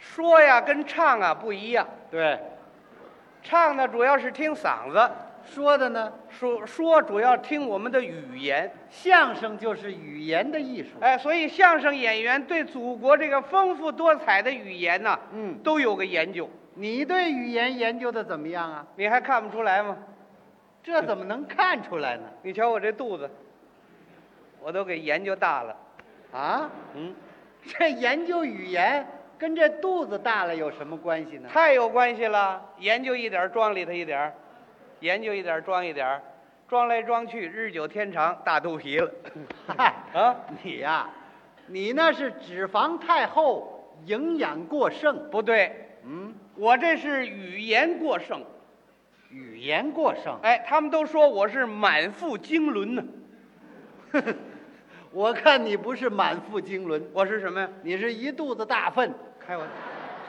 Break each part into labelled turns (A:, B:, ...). A: 说呀跟唱啊不一样，
B: 对，
A: 唱呢主要是听嗓子，
B: 说的呢，
A: 说说主要听我们的语言。
B: 相声就是语言的艺术。
A: 哎，所以相声演员对祖国这个丰富多彩的语言呢、
B: 嗯，
A: 都有个研究。
B: 你对语言研究的怎么样啊？
A: 你还看不出来吗？
B: 这怎么能看出 来呢？
A: 你瞧我这肚子，我都给研究大了。
B: 啊，
A: 嗯，
B: 这研究语言跟这肚子大了有什么关系呢？
A: 太有关系了，研究一点儿装里头一点儿，研究一点儿装一点儿，装来装去，日久天长，大肚皮了。
B: 嗨，
A: 啊，
B: 你呀、你那是脂肪太厚，营养过剩。
A: 不对，
B: 嗯，
A: 我这是语言过剩。
B: 语言 过剩。
A: 哎，他们都说我是满腹经纶呢，
B: 我看你不是满腹经纶，
A: 我是什么呀？
B: 你是一肚子大粪，
A: 开玩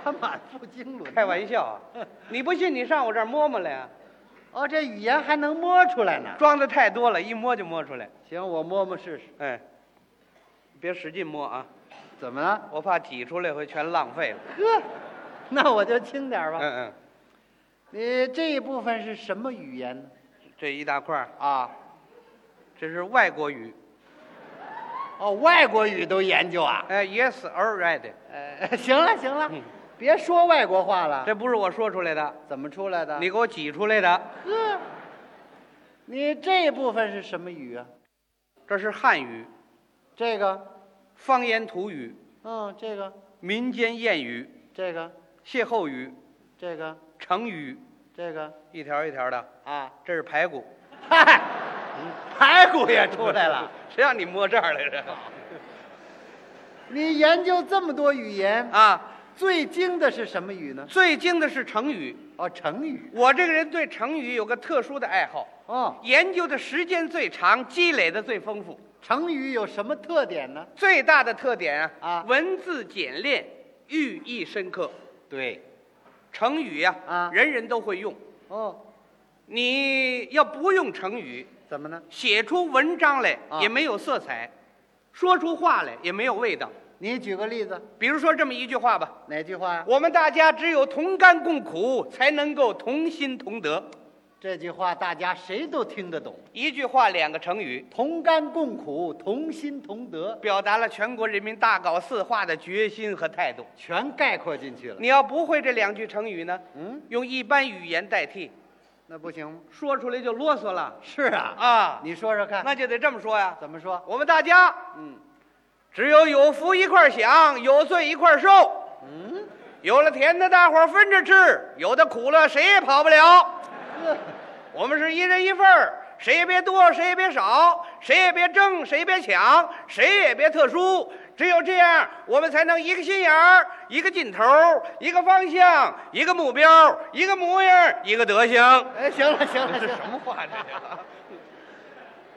B: 他满腹经纶。
A: 开玩笑啊！你不信，你上我这儿摸摸来啊！
B: 哦，这语言还能摸出来呢。
A: 装的太多了，一摸就摸出来。
B: 行，我摸摸试试，
A: 哎，别使劲摸啊，
B: 怎么了？
A: 我怕挤出来会全浪费了。
B: 呵，那我就轻点儿吧。
A: 嗯嗯，
B: 你这一部分是什么语言呢？
A: 这一大块儿，
B: 啊，
A: 这是外国语。
B: 哦，外国语都研究啊。
A: 哎，Yes, all right。
B: 呃，行了行了，
A: 嗯
B: 别说外国话了。
A: 这不是我说出来的，
B: 怎么出来的？
A: 你给我挤出来的，
B: 呵，你这部分是什么语啊？
A: 这是汉语、
B: 这个，
A: 方言土语、
B: 嗯，这个，
A: 民间谚语、
B: 这个，
A: 歇后语、
B: 这个，
A: 成语，
B: 这个
A: 一条一条的。
B: 啊，
A: 这是排 骨，
B: 嗨，排骨也出 来 了。
A: 谁让你摸这儿来着？
B: 你研究这么多语言，
A: 啊，
B: 最精的是什么语呢？
A: 最精的是成语。
B: 哦，成语。
A: 我这个人对成语有个特殊的爱好，
B: 哦，
A: 研究的时间最长，积累的最丰富。
B: 成语有什么特点呢？
A: 最大的特点啊，
B: 啊
A: 文字简练，寓意深刻。
B: 对，
A: 成语呀、
B: 啊
A: 人人都会用。
B: 哦，
A: 你要不用成语，
B: 怎么呢？
A: 写出文章来
B: 啊
A: 也没有色彩，说出话来也没有味道。
B: 你举个例子，
A: 比如说这么一句话吧：
B: 哪句话呀？
A: 我们大家只有同甘共苦，才能够同心同德。
B: 这句话大家谁都听得懂。
A: 一句话两个成语，
B: 同甘共苦，同心同德，
A: 表达了全国人民大搞四化的决心和态度。
B: 全概括进去了。
A: 你要不会这两句成语呢，
B: 嗯，
A: 用一般语言代替，
B: 那不行吗？
A: 说出来就啰嗦了
B: 是啊，
A: 啊。
B: 你说说看，
A: 那就得这么说呀，
B: 怎么说？
A: 我们大家
B: 嗯
A: 只有有福一块儿享，有罪一块儿受。
B: 嗯，
A: 有了甜的，大伙儿分着吃；有的苦了，谁也跑不了。
B: 呵，
A: 我们是一人一份儿，谁也别多，谁也别少，谁也别争，谁也别抢，谁也别特殊。只有这样，我们才能一个心眼儿，一个劲头儿，一个方向，一个目标，一个模样儿，一个德行。
B: 哎，行了行了，行了
A: 么话这是？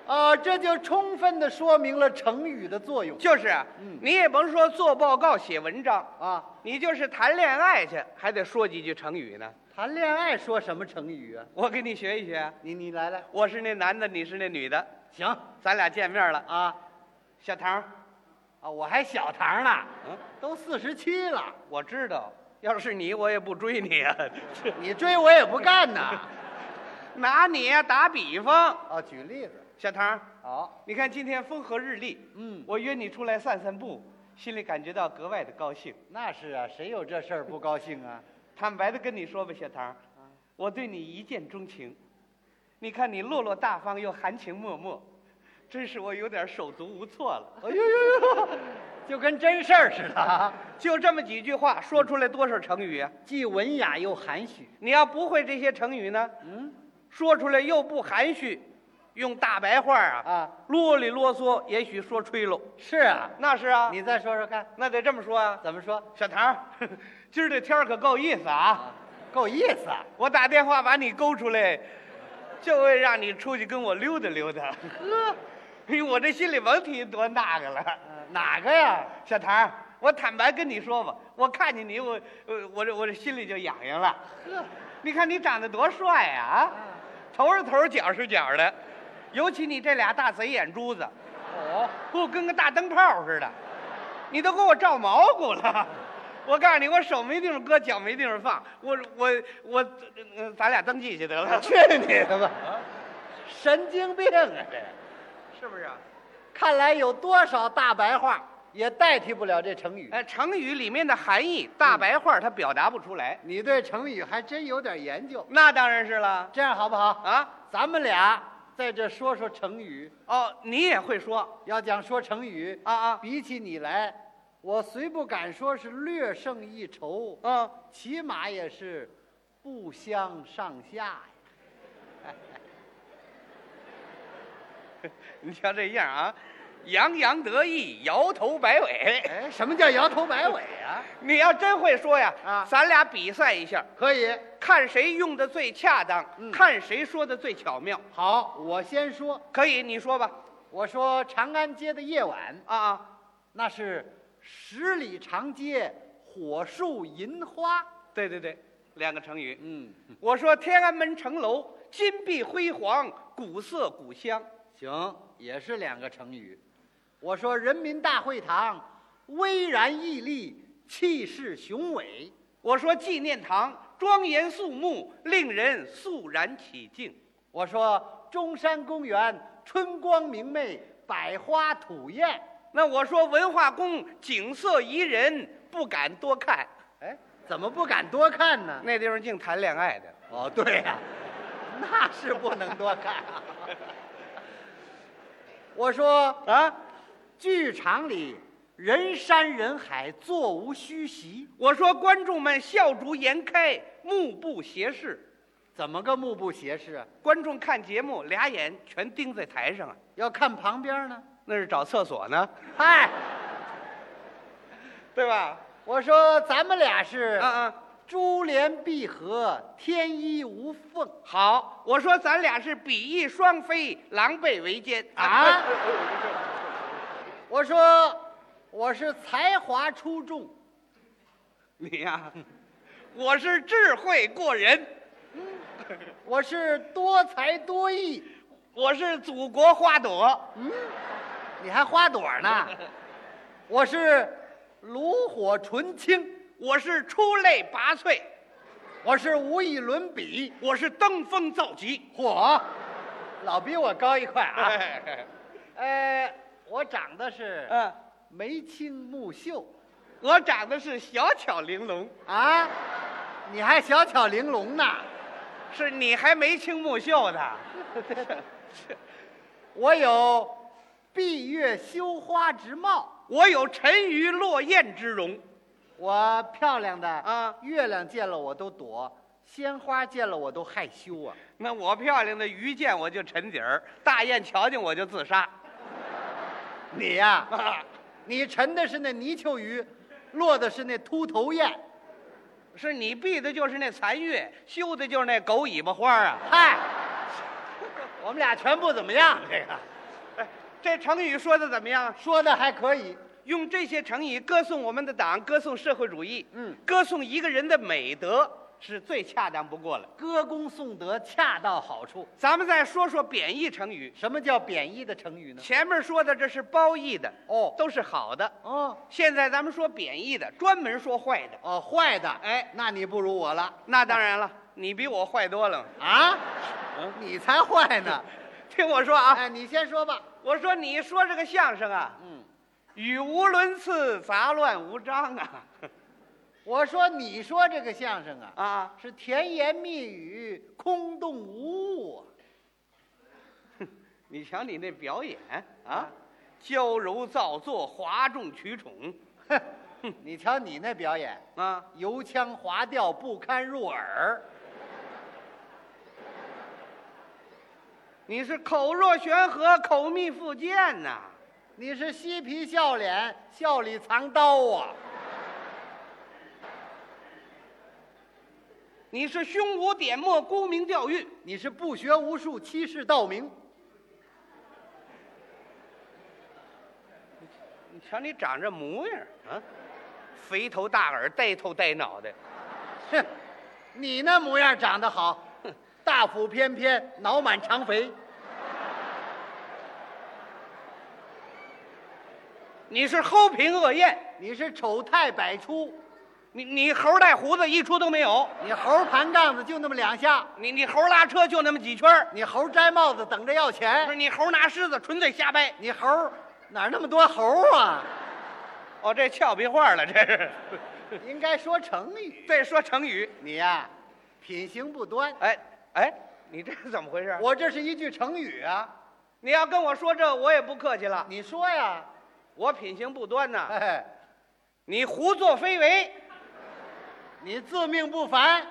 B: 啊，这就充分的说明了成语的作用
A: 就是啊，你也甭说做报告、写文章，
B: 啊。
A: 你就是谈恋爱去，还得说几句成语呢。
B: 谈恋爱说什么成语啊？
A: 我给你学一学，
B: 你你来来，
A: 我是那男的，你是那女的，
B: 行
A: 咱俩见面了，
B: 啊
A: 小唐。
B: 啊，我还小唐呢，
A: 嗯，
B: 都四十七了，
A: 我知道，要是你，我也不追你啊。
B: 你追我也不干呐。
A: 拿你呀、打比方，
B: 啊，举例子，
A: 小唐，
B: 好，
A: 你看今天风和日丽，
B: 嗯，
A: 我约你出来散散步，心里感觉到格外的高兴。
B: 那是啊，谁有这事儿不高兴啊？
A: 坦白的跟你说吧，小唐，我对你一见钟情。你看你落落大方又含情脉脉，真是我有点手足无措了。
B: 哎呦呦 呦，就跟真事儿似的啊，
A: 就这么几句话，说出来多少成语啊？
B: 既文雅又含蓄。
A: 你要不会这些成语呢，
B: 嗯
A: 说出来又不含蓄，用大白话啊，
B: 啊，
A: 啰里啰嗦，也许说吹喽。
B: 是啊，
A: 那是啊，
B: 你再说说看，
A: 那得这么说啊，
B: 怎么说？
A: 小唐儿， 今儿这天儿可够意思啊！
B: 啊，够意思啊。
A: 我打电话把你勾出来，就为让你出去跟我溜达溜达。
B: 呵，
A: 哎呦，我这心里甭提多那个了。
B: 呃哪个呀？
A: 小唐儿，我坦白跟你说吧，我看见你，我我我这我这心里就痒痒了。
B: 呵，
A: 你看你长得多帅呀啊！
B: 嗯
A: 头是头，脚是脚的，尤其你这俩大贼眼珠子，
B: 哦，
A: 不跟个大灯泡似的，你都给我照毛骨了。我告诉你，我手没地方搁，脚没地方放，我我我，呃咱俩登记去得了，
B: 去你的吧！神经病啊，这
A: 是啊不是？
B: 看来有多少大白话也代替不了这成语。哎
A: 呃，成语里面的含义，大白话它表达不出来。
B: 你对成语还真有点研究，
A: 那当然是了
B: 这样好不好？
A: 啊！
B: 咱们俩在这说说成语。
A: 哦，你也会说
B: 要讲说成语，
A: 啊啊？
B: 比起你来，我虽不敢说是略胜一筹，
A: 嗯，
B: 起码也是不相上下呀。
A: 你瞧这样啊，洋洋得意，摇头摆尾。
B: 哎，什么叫摇头摆尾啊？
A: 你要真会说呀，
B: 啊
A: 咱俩比赛一下，
B: 可以，
A: 看谁用的最恰当，
B: 嗯
A: 看谁说的最巧妙。
B: 好，我先说。
A: 可以，你说吧。
B: 我说长安街的夜晚，
A: 啊啊，
B: 那是十里长街火树银花。
A: 对对对，两个成语。
B: 嗯，
A: 我说天安门城楼金碧辉煌，古色古香。
B: 行，也是两个成语。我说人民大会堂巍然屹立，气势雄伟。
A: 我说纪念堂庄严肃穆，令人肃然起敬。
B: 我说中山公园春光明媚，百花吐艳。
A: 那我说文化宫景色宜人，不敢多看。
B: 哎，怎么不敢多看呢？
A: 那地方净谈恋爱的。
B: 哦，对呀、那是不能多看、啊。我说啊，剧场里人山人海，座无虚席，
A: 我说观众们笑逐颜开，目不斜视。
B: 怎么个目不斜视啊？
A: 观众看节目，俩眼全盯在台上啊，
B: 要看旁边呢？
A: 那是找厕所呢，
B: 嗨，
A: 对吧？
B: 我说咱们俩是
A: 啊啊，
B: 珠联璧合，天衣无缝。
A: 好，我说咱俩是比翼双飞，狼狈为奸
B: 啊！我说我是才华出众，
A: 你呀、我是智慧过人，
B: 我是多才多艺，嗯
A: 我是祖国花朵，
B: 你还花朵 呢？我是炉火纯青，
A: 我是出类拔萃，
B: 我是无与伦比。
A: 我是登峰造极。
B: 嚯，老比我高一 块啊！呃，我长得是
A: 嗯，
B: 眉清目秀
A: 我长得是小巧玲珑，
B: 啊，你还小巧玲珑呢。
A: 是你还眉清目秀的。
B: 我有闭月羞花之貌。
A: 我有沉鱼落雁之容，
B: 我漂亮的
A: 啊
B: 月亮见了我都躲，鲜花见了我都害羞啊！
A: 那我漂亮的鱼见我就沉底儿，大雁瞧见我就自杀。
B: 你呀、啊你沉的是那泥鳅鱼，落的是那秃头雁。
A: 是你避的就是那残月，修的就是那狗尾巴花啊！
B: 嗨，我们俩全不怎么样，这个
A: 哎，这成语说的怎么样？
B: 说的还可以。
A: 用这些成语歌颂我们的党，歌颂社会主义，
B: 嗯，
A: 歌颂一个人的美德是最恰当不过了。
B: 歌功颂德，恰到好处。
A: 咱们再说说贬义成语，
B: 什么叫贬义的成语呢？
A: 前面说的这是褒义的，
B: 哦
A: 都是好的。
B: 哦
A: 现在咱们说贬义的，专门说坏的。
B: 哦，坏的，
A: 哎，
B: 那你不如我了
A: 那当然了，你比我坏多了。
B: 啊！你才坏呢！
A: 听我说啊，
B: 哎，你先说吧。
A: 我说你说这个相声啊，
B: 嗯。
A: 语无伦次，杂乱无章啊，
B: 我说，你说这个相声啊，
A: 啊，
B: 是甜言蜜语，空洞无物啊。
A: 你瞧你那表演啊，娇柔造作，哗众取宠
B: 哼，你瞧你那表演，
A: 啊，
B: 油腔滑调，不堪入耳。
A: 你是口若悬河，口蜜腹剑呐、
B: 你是嬉皮笑脸，笑里藏刀啊！
A: 你是胸无点墨，沽名钓誉，
B: 你是不学无术，欺世盗名。
A: 你瞧你长这模样啊，肥头大耳，呆头呆脑的，
B: 哼，你那模样长得好，哼大腹翩翩，脑满肠肥。
A: 你是齁贫恶艳，
B: 你是丑态百出，
A: 你你猴带胡子一出都没有，
B: 你猴盘杠子就那么两下，
A: 你你猴拉车就那么几圈儿
B: 你猴摘帽子等着要
A: 不是
B: 钱，
A: 你猴拿狮子纯粹瞎掰。
B: 你猴哪儿那么多猴啊？
A: 哦，这俏皮话了，这是。
B: 应该说成语。
A: 这说成语，
B: 你呀、品行不端。
A: 哎哎，你这是怎么回事？
B: 我这是一句成语啊，
A: 你要跟我说这，我也不客气了。
B: 你说呀？
A: 我品行不端呐，
B: 哎，
A: 你胡作非为，
B: 你自命不凡，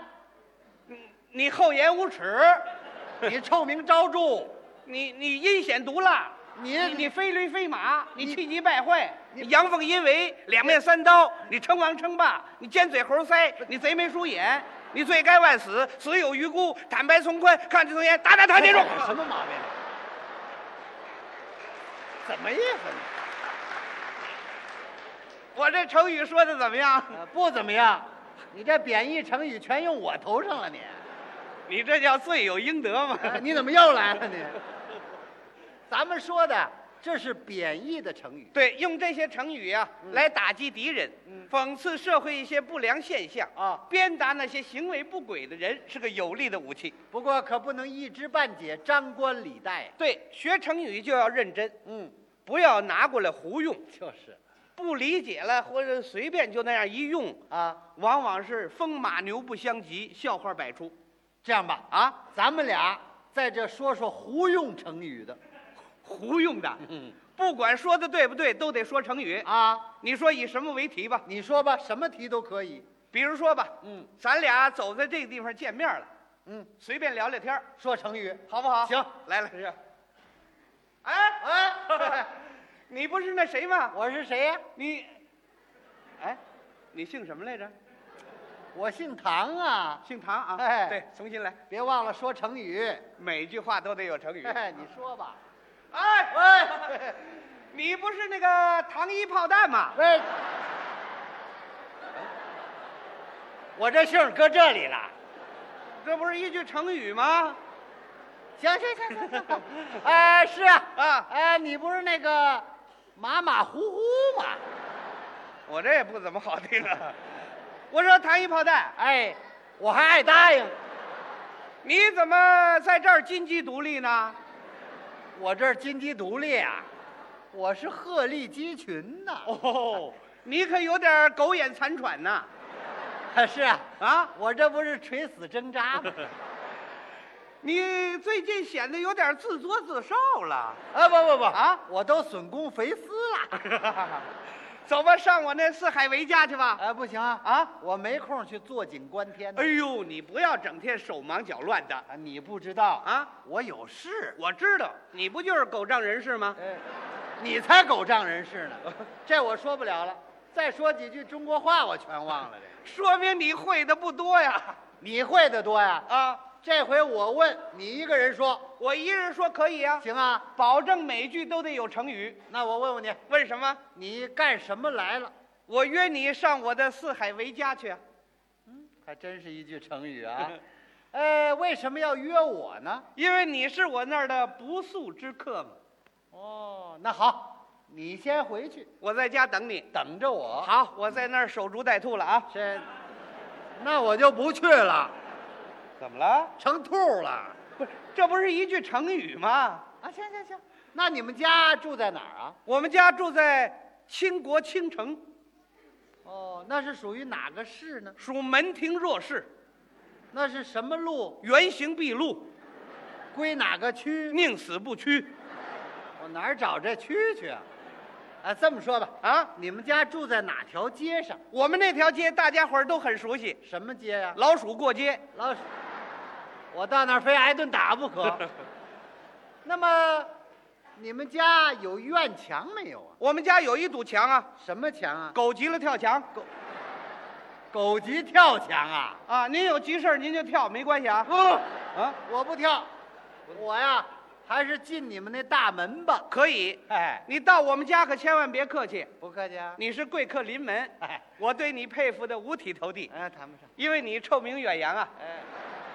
A: 你厚颜无耻，
B: 你臭名昭著，
A: 你你阴险毒辣，
B: 你
A: 你你非驴非马，你气急败坏，
B: 你
A: 你阳奉阴违，两面三刀，你称王称霸，你尖嘴猴腮，你贼眉鼠眼，你罪该万死，死有余辜，坦白从宽，抗拒从严，打打打
B: 哎
A: 接住。
B: 什么毛病？怎么意思呢？
A: 我这成语说的怎么样？
B: 呃不怎么样，你这贬义成语全用我头上了你，
A: 你这叫罪有应得嘛？
B: 哎你怎么又来了你？ 咱们说的这是贬义的成语
A: 对，用这些成语啊、来打击敌人，
B: 嗯
A: 讽刺社会一些不良现象，
B: 啊，
A: 鞭打那些行为不轨的人，是个有力的武器。
B: 不过可不能一知半解，张冠李戴。
A: 对，学成语就要认真，
B: 嗯，
A: 不要拿过来胡用，
B: 就是
A: 不理解了或者随便就那样一用，
B: 啊，
A: 往往是风马牛不相及，笑话百出
B: 这样吧，
A: 啊，
B: 咱们俩在这说说胡用成语的。
A: 胡用的。
B: 嗯
A: 不管说的对不对，都得说成语。
B: 啊，
A: 你说以什么为题吧？
B: 你说吧，什么题都可以。
A: 比如说吧，
B: 嗯
A: 咱俩走在这个地方见面了，
B: 嗯，
A: 随便聊聊天儿
B: 说成语。
A: 好不好？
B: 行，
A: 来了是。啊哎，
B: 哎，
A: 你不是那谁吗？
B: 我是谁呀、
A: 你，哎，你姓什么来着？
B: 我姓唐啊。
A: 姓唐啊。
B: 哎
A: 对，重新来，
B: 别忘了说成语。
A: 每句话都得有成语。
B: 哎，你说吧。
A: 哎，
B: 喂
A: 你不是那个糖衣炮弹吗？
B: 喂，我这姓儿搁这里了。
A: 这不是一句成语吗？
B: 行行行行行行， 哎是啊，
A: 啊，
B: 哎你不是那个马马虎虎吗？
A: 我这也不怎么好听 啊。我说糖衣炮弹，
B: 哎，我还爱答应。
A: 你怎么在这儿金鸡独立呢？
B: 我这儿金鸡独立啊，我是鹤立鸡群呐、
A: 哦，你可有点狗眼残喘呐！
B: 啊 是啊，
A: 啊，
B: 我这不是垂死挣 扎吗？
A: 你最近显得有点自作自受了。
B: 啊不不不
A: 啊
B: 我都损公肥私了。
A: 走吧，上我那四海为家去吧。
B: 哎，不行啊
A: 啊，
B: 我没空去坐井观天呢
A: 哎呦，你不要整天手忙脚乱的
B: 啊，你不知道，
A: 啊！
B: 我有事。
A: 我知道，你不就是狗仗人势吗？
B: 哎，你才狗仗人势呢， 这我说不了了。再说几句中国话，我全忘了这。
A: 说明你会的不多呀。
B: 你会的多呀？
A: 啊，
B: 这回我问你一个人说，
A: 我一人说可以啊，
B: 行啊？
A: 保证每句都得有成语。
B: 那我问问你，
A: 问什么？
B: 你干什么来了？
A: 我约你上我的四海为家去啊。
B: 还真是一句成语 啊。呃，为什么要约我呢？
A: 因为你是我那儿的不速之客嘛，
B: 哦，那好，你先回去，
A: 我在家等你。
B: 等着我。，
A: 好，我在那儿守株待兔了啊。
B: 这，那我就不去了，
A: 怎么了？
B: 成兔了。
A: 不是，这不是一句成语吗？
B: 啊，行行行，那你们家住在哪儿啊？
A: 我们家住在倾国倾城，
B: 哦，那是属于哪个市呢？
A: 属门庭若市，
B: 那是什么路？
A: 原形毕露，
B: 归哪个区？
A: 宁死不屈
B: 我哪儿找这区去啊？啊，这么说吧，
A: 啊！
B: 你们家住在哪条街上？
A: 我们那条街大家伙儿都很熟悉，
B: 什么街呀、
A: 老鼠过街。
B: 老鼠，我到那儿非挨顿打不可。那么，你们家有院墙没有啊？
A: 我们家有一堵墙啊，
B: 什么墙啊？
A: 狗急了跳墙
B: 狗急跳墙啊！
A: 啊！您有急事儿您就跳，没关系啊
B: 不，
A: 啊，
B: 我不跳，我呀还是进你们那大门吧。
A: 可以。
B: 哎，
A: 你到我们家可千万别客气，
B: 不客气啊。
A: 你是贵客临门，
B: 哎，
A: 我对你佩服的五体投地，
B: 哎，谈不上。
A: 因为你臭名远扬啊！
B: 哎，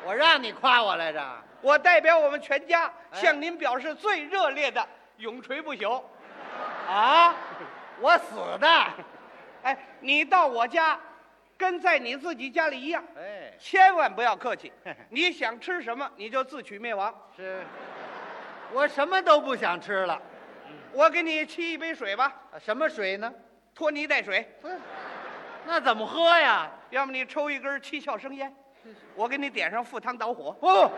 B: 我让你夸我来着。啊
A: 我代表我们全家
B: 哎
A: 向您表示最热烈的永垂不朽。
B: 啊，我死的。
A: 哎，你到我家，跟在你自己家里一样，
B: 哎，
A: 千万不要客 气。你想吃什么，你就自取灭亡。
B: 是，我什么都不想吃了，
A: 我给你沏一杯水吧，
B: 啊什么水呢？
A: 拖泥带水。
B: 不是，哎那怎么喝呀？
A: 要么你抽一根七窍生 烟，我给你点上赴汤蹈火。
B: 不，啊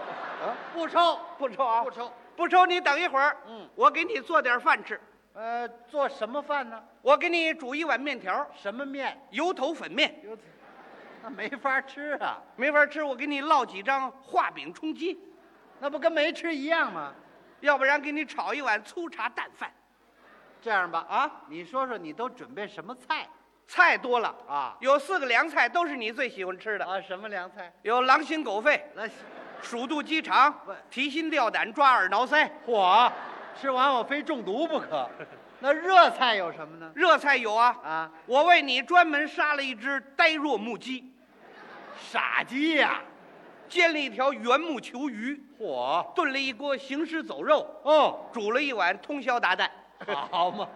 B: 不抽，
A: 不抽啊，
B: 不，抽。
A: 不抽。你等一会儿，
B: 嗯，
A: 我给你做点饭吃，
B: 呃，做什么饭呢？
A: 我给你煮一碗面条，
B: 什么面？
A: 油头粉面，
B: 有，那没法吃啊，
A: 没法吃，我给你烙几张画饼充饥，
B: 那不跟没吃一样吗？
A: 要不然给你炒一碗粗茶淡饭。
B: 这样吧，
A: 啊，
B: 你说说你都准备什么菜
A: 菜多了
B: 啊？
A: 有四个凉菜，都是你最喜欢吃的，
B: 啊，什么凉菜？
A: 有狼心狗肺、
B: 那
A: 鼠肚鸡肠
B: 不、
A: 提心吊胆、抓耳挠腮。
B: 火，吃完我非中毒不可。 那热菜有什么呢？
A: 热菜有啊，
B: 啊，
A: 我为你专门杀了一只呆若木鸡，
B: 傻鸡呀、
A: 煎了一条圆木球鱼，
B: 火
A: 炖了一锅行尸走肉，
B: 哦，
A: 煮了一碗通宵达旦。
B: 好嘛，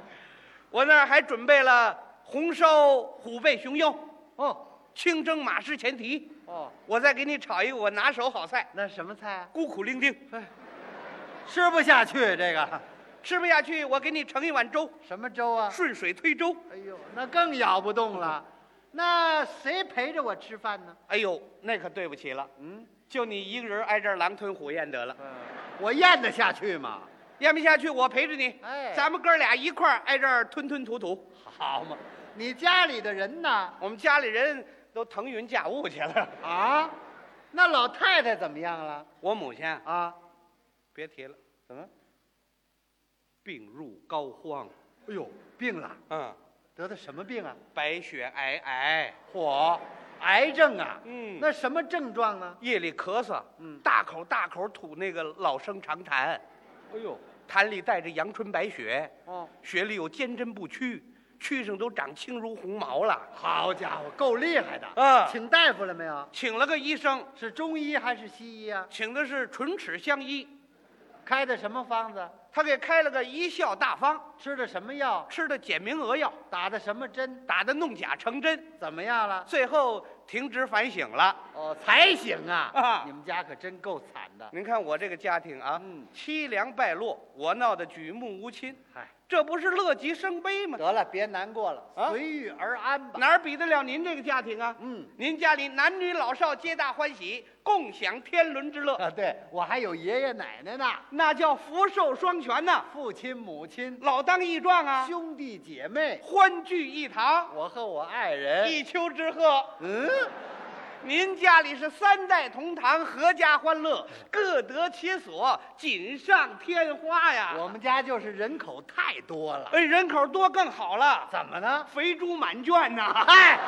A: 我那儿还准备了红烧虎背熊腰、
B: 哦
A: 清蒸马氏前蹄。
B: 哦，
A: 我再给你炒一个我拿手好菜
B: 那什么菜、
A: ——
B: 啊？
A: 孤苦伶仃。
B: 吃不下去这个
A: 吃不下去，我给你盛一碗粥，
B: 什么粥啊？
A: 顺水推舟。
B: 哎呦，那更咬不动了。那谁陪着我吃饭呢？
A: 哎呦，那可对不起了，
B: 嗯，
A: 就你一个人挨这儿狼吞虎咽得了，
B: 我咽得下去吗？
A: 咽不下去我陪着你。
B: 哎
A: 咱们哥俩一块儿挨这儿吞吞吐吐。
B: 好嘛，你家里的人呢？
A: 我们家里人都腾云驾雾去了。
B: 啊，那老太太怎么样了？
A: 我母亲啊
B: 啊，哎
A: 别提了，
B: 怎么？
A: 病入膏肓，
B: 哎呦，病了，
A: 嗯，
B: 得的什么病啊？
A: 白雪皑皑，
B: 火，癌症啊。
A: 嗯
B: 那什么症状呢？
A: 夜里咳嗽，
B: 嗯
A: 大口大口吐那个老生常谈，
B: 哎呦，
A: 痰里带着阳春白雪，
B: 哦，
A: 血里有坚贞不屈，躯上都长青如鸿毛了。
B: 好家伙，够厉害的。
A: 嗯
B: 请大夫了没有？
A: 请了个医生，
B: 啊是中医还是西医啊？
A: 请的是唇齿相依，
B: 开的什么方子？
A: 他给开了个一笑大方，
B: 吃的什么药？
A: 吃的简明扼要，
B: 打的什么针？
A: 打的弄假成真，
B: 怎么样了？
A: 最后停职反省了。
B: 哦，才醒啊！
A: 啊
B: 你们家可真够惨的。
A: 您看我这个家庭啊，
B: 嗯
A: 凄凉败落，我闹得举目无亲，
B: 嗨，
A: 这不是乐极生悲吗？
B: 哎得了，别难过了，
A: 啊
B: 随遇而安吧。
A: 哪儿比得了您这个家庭啊？
B: 嗯
A: 您家里男女老少皆大欢喜，共享天伦之乐，
B: 啊，对我还有爷爷奶奶呢，
A: 那叫福寿双全呐、
B: 父亲母亲、
A: 老当益壮啊，
B: 兄弟姐妹，
A: 欢聚一堂，
B: 我和我爱人。
A: 一丘之貉。
B: 嗯，
A: 您家里是三代同堂，阖家欢乐，
B: 嗯
A: 各得其所，锦上添花呀。哎
B: 我们家就是人口太多了，
A: 哎，人口多更好了，
B: 怎么呢？
A: 肥猪满圈呐、哎
B: 嗨，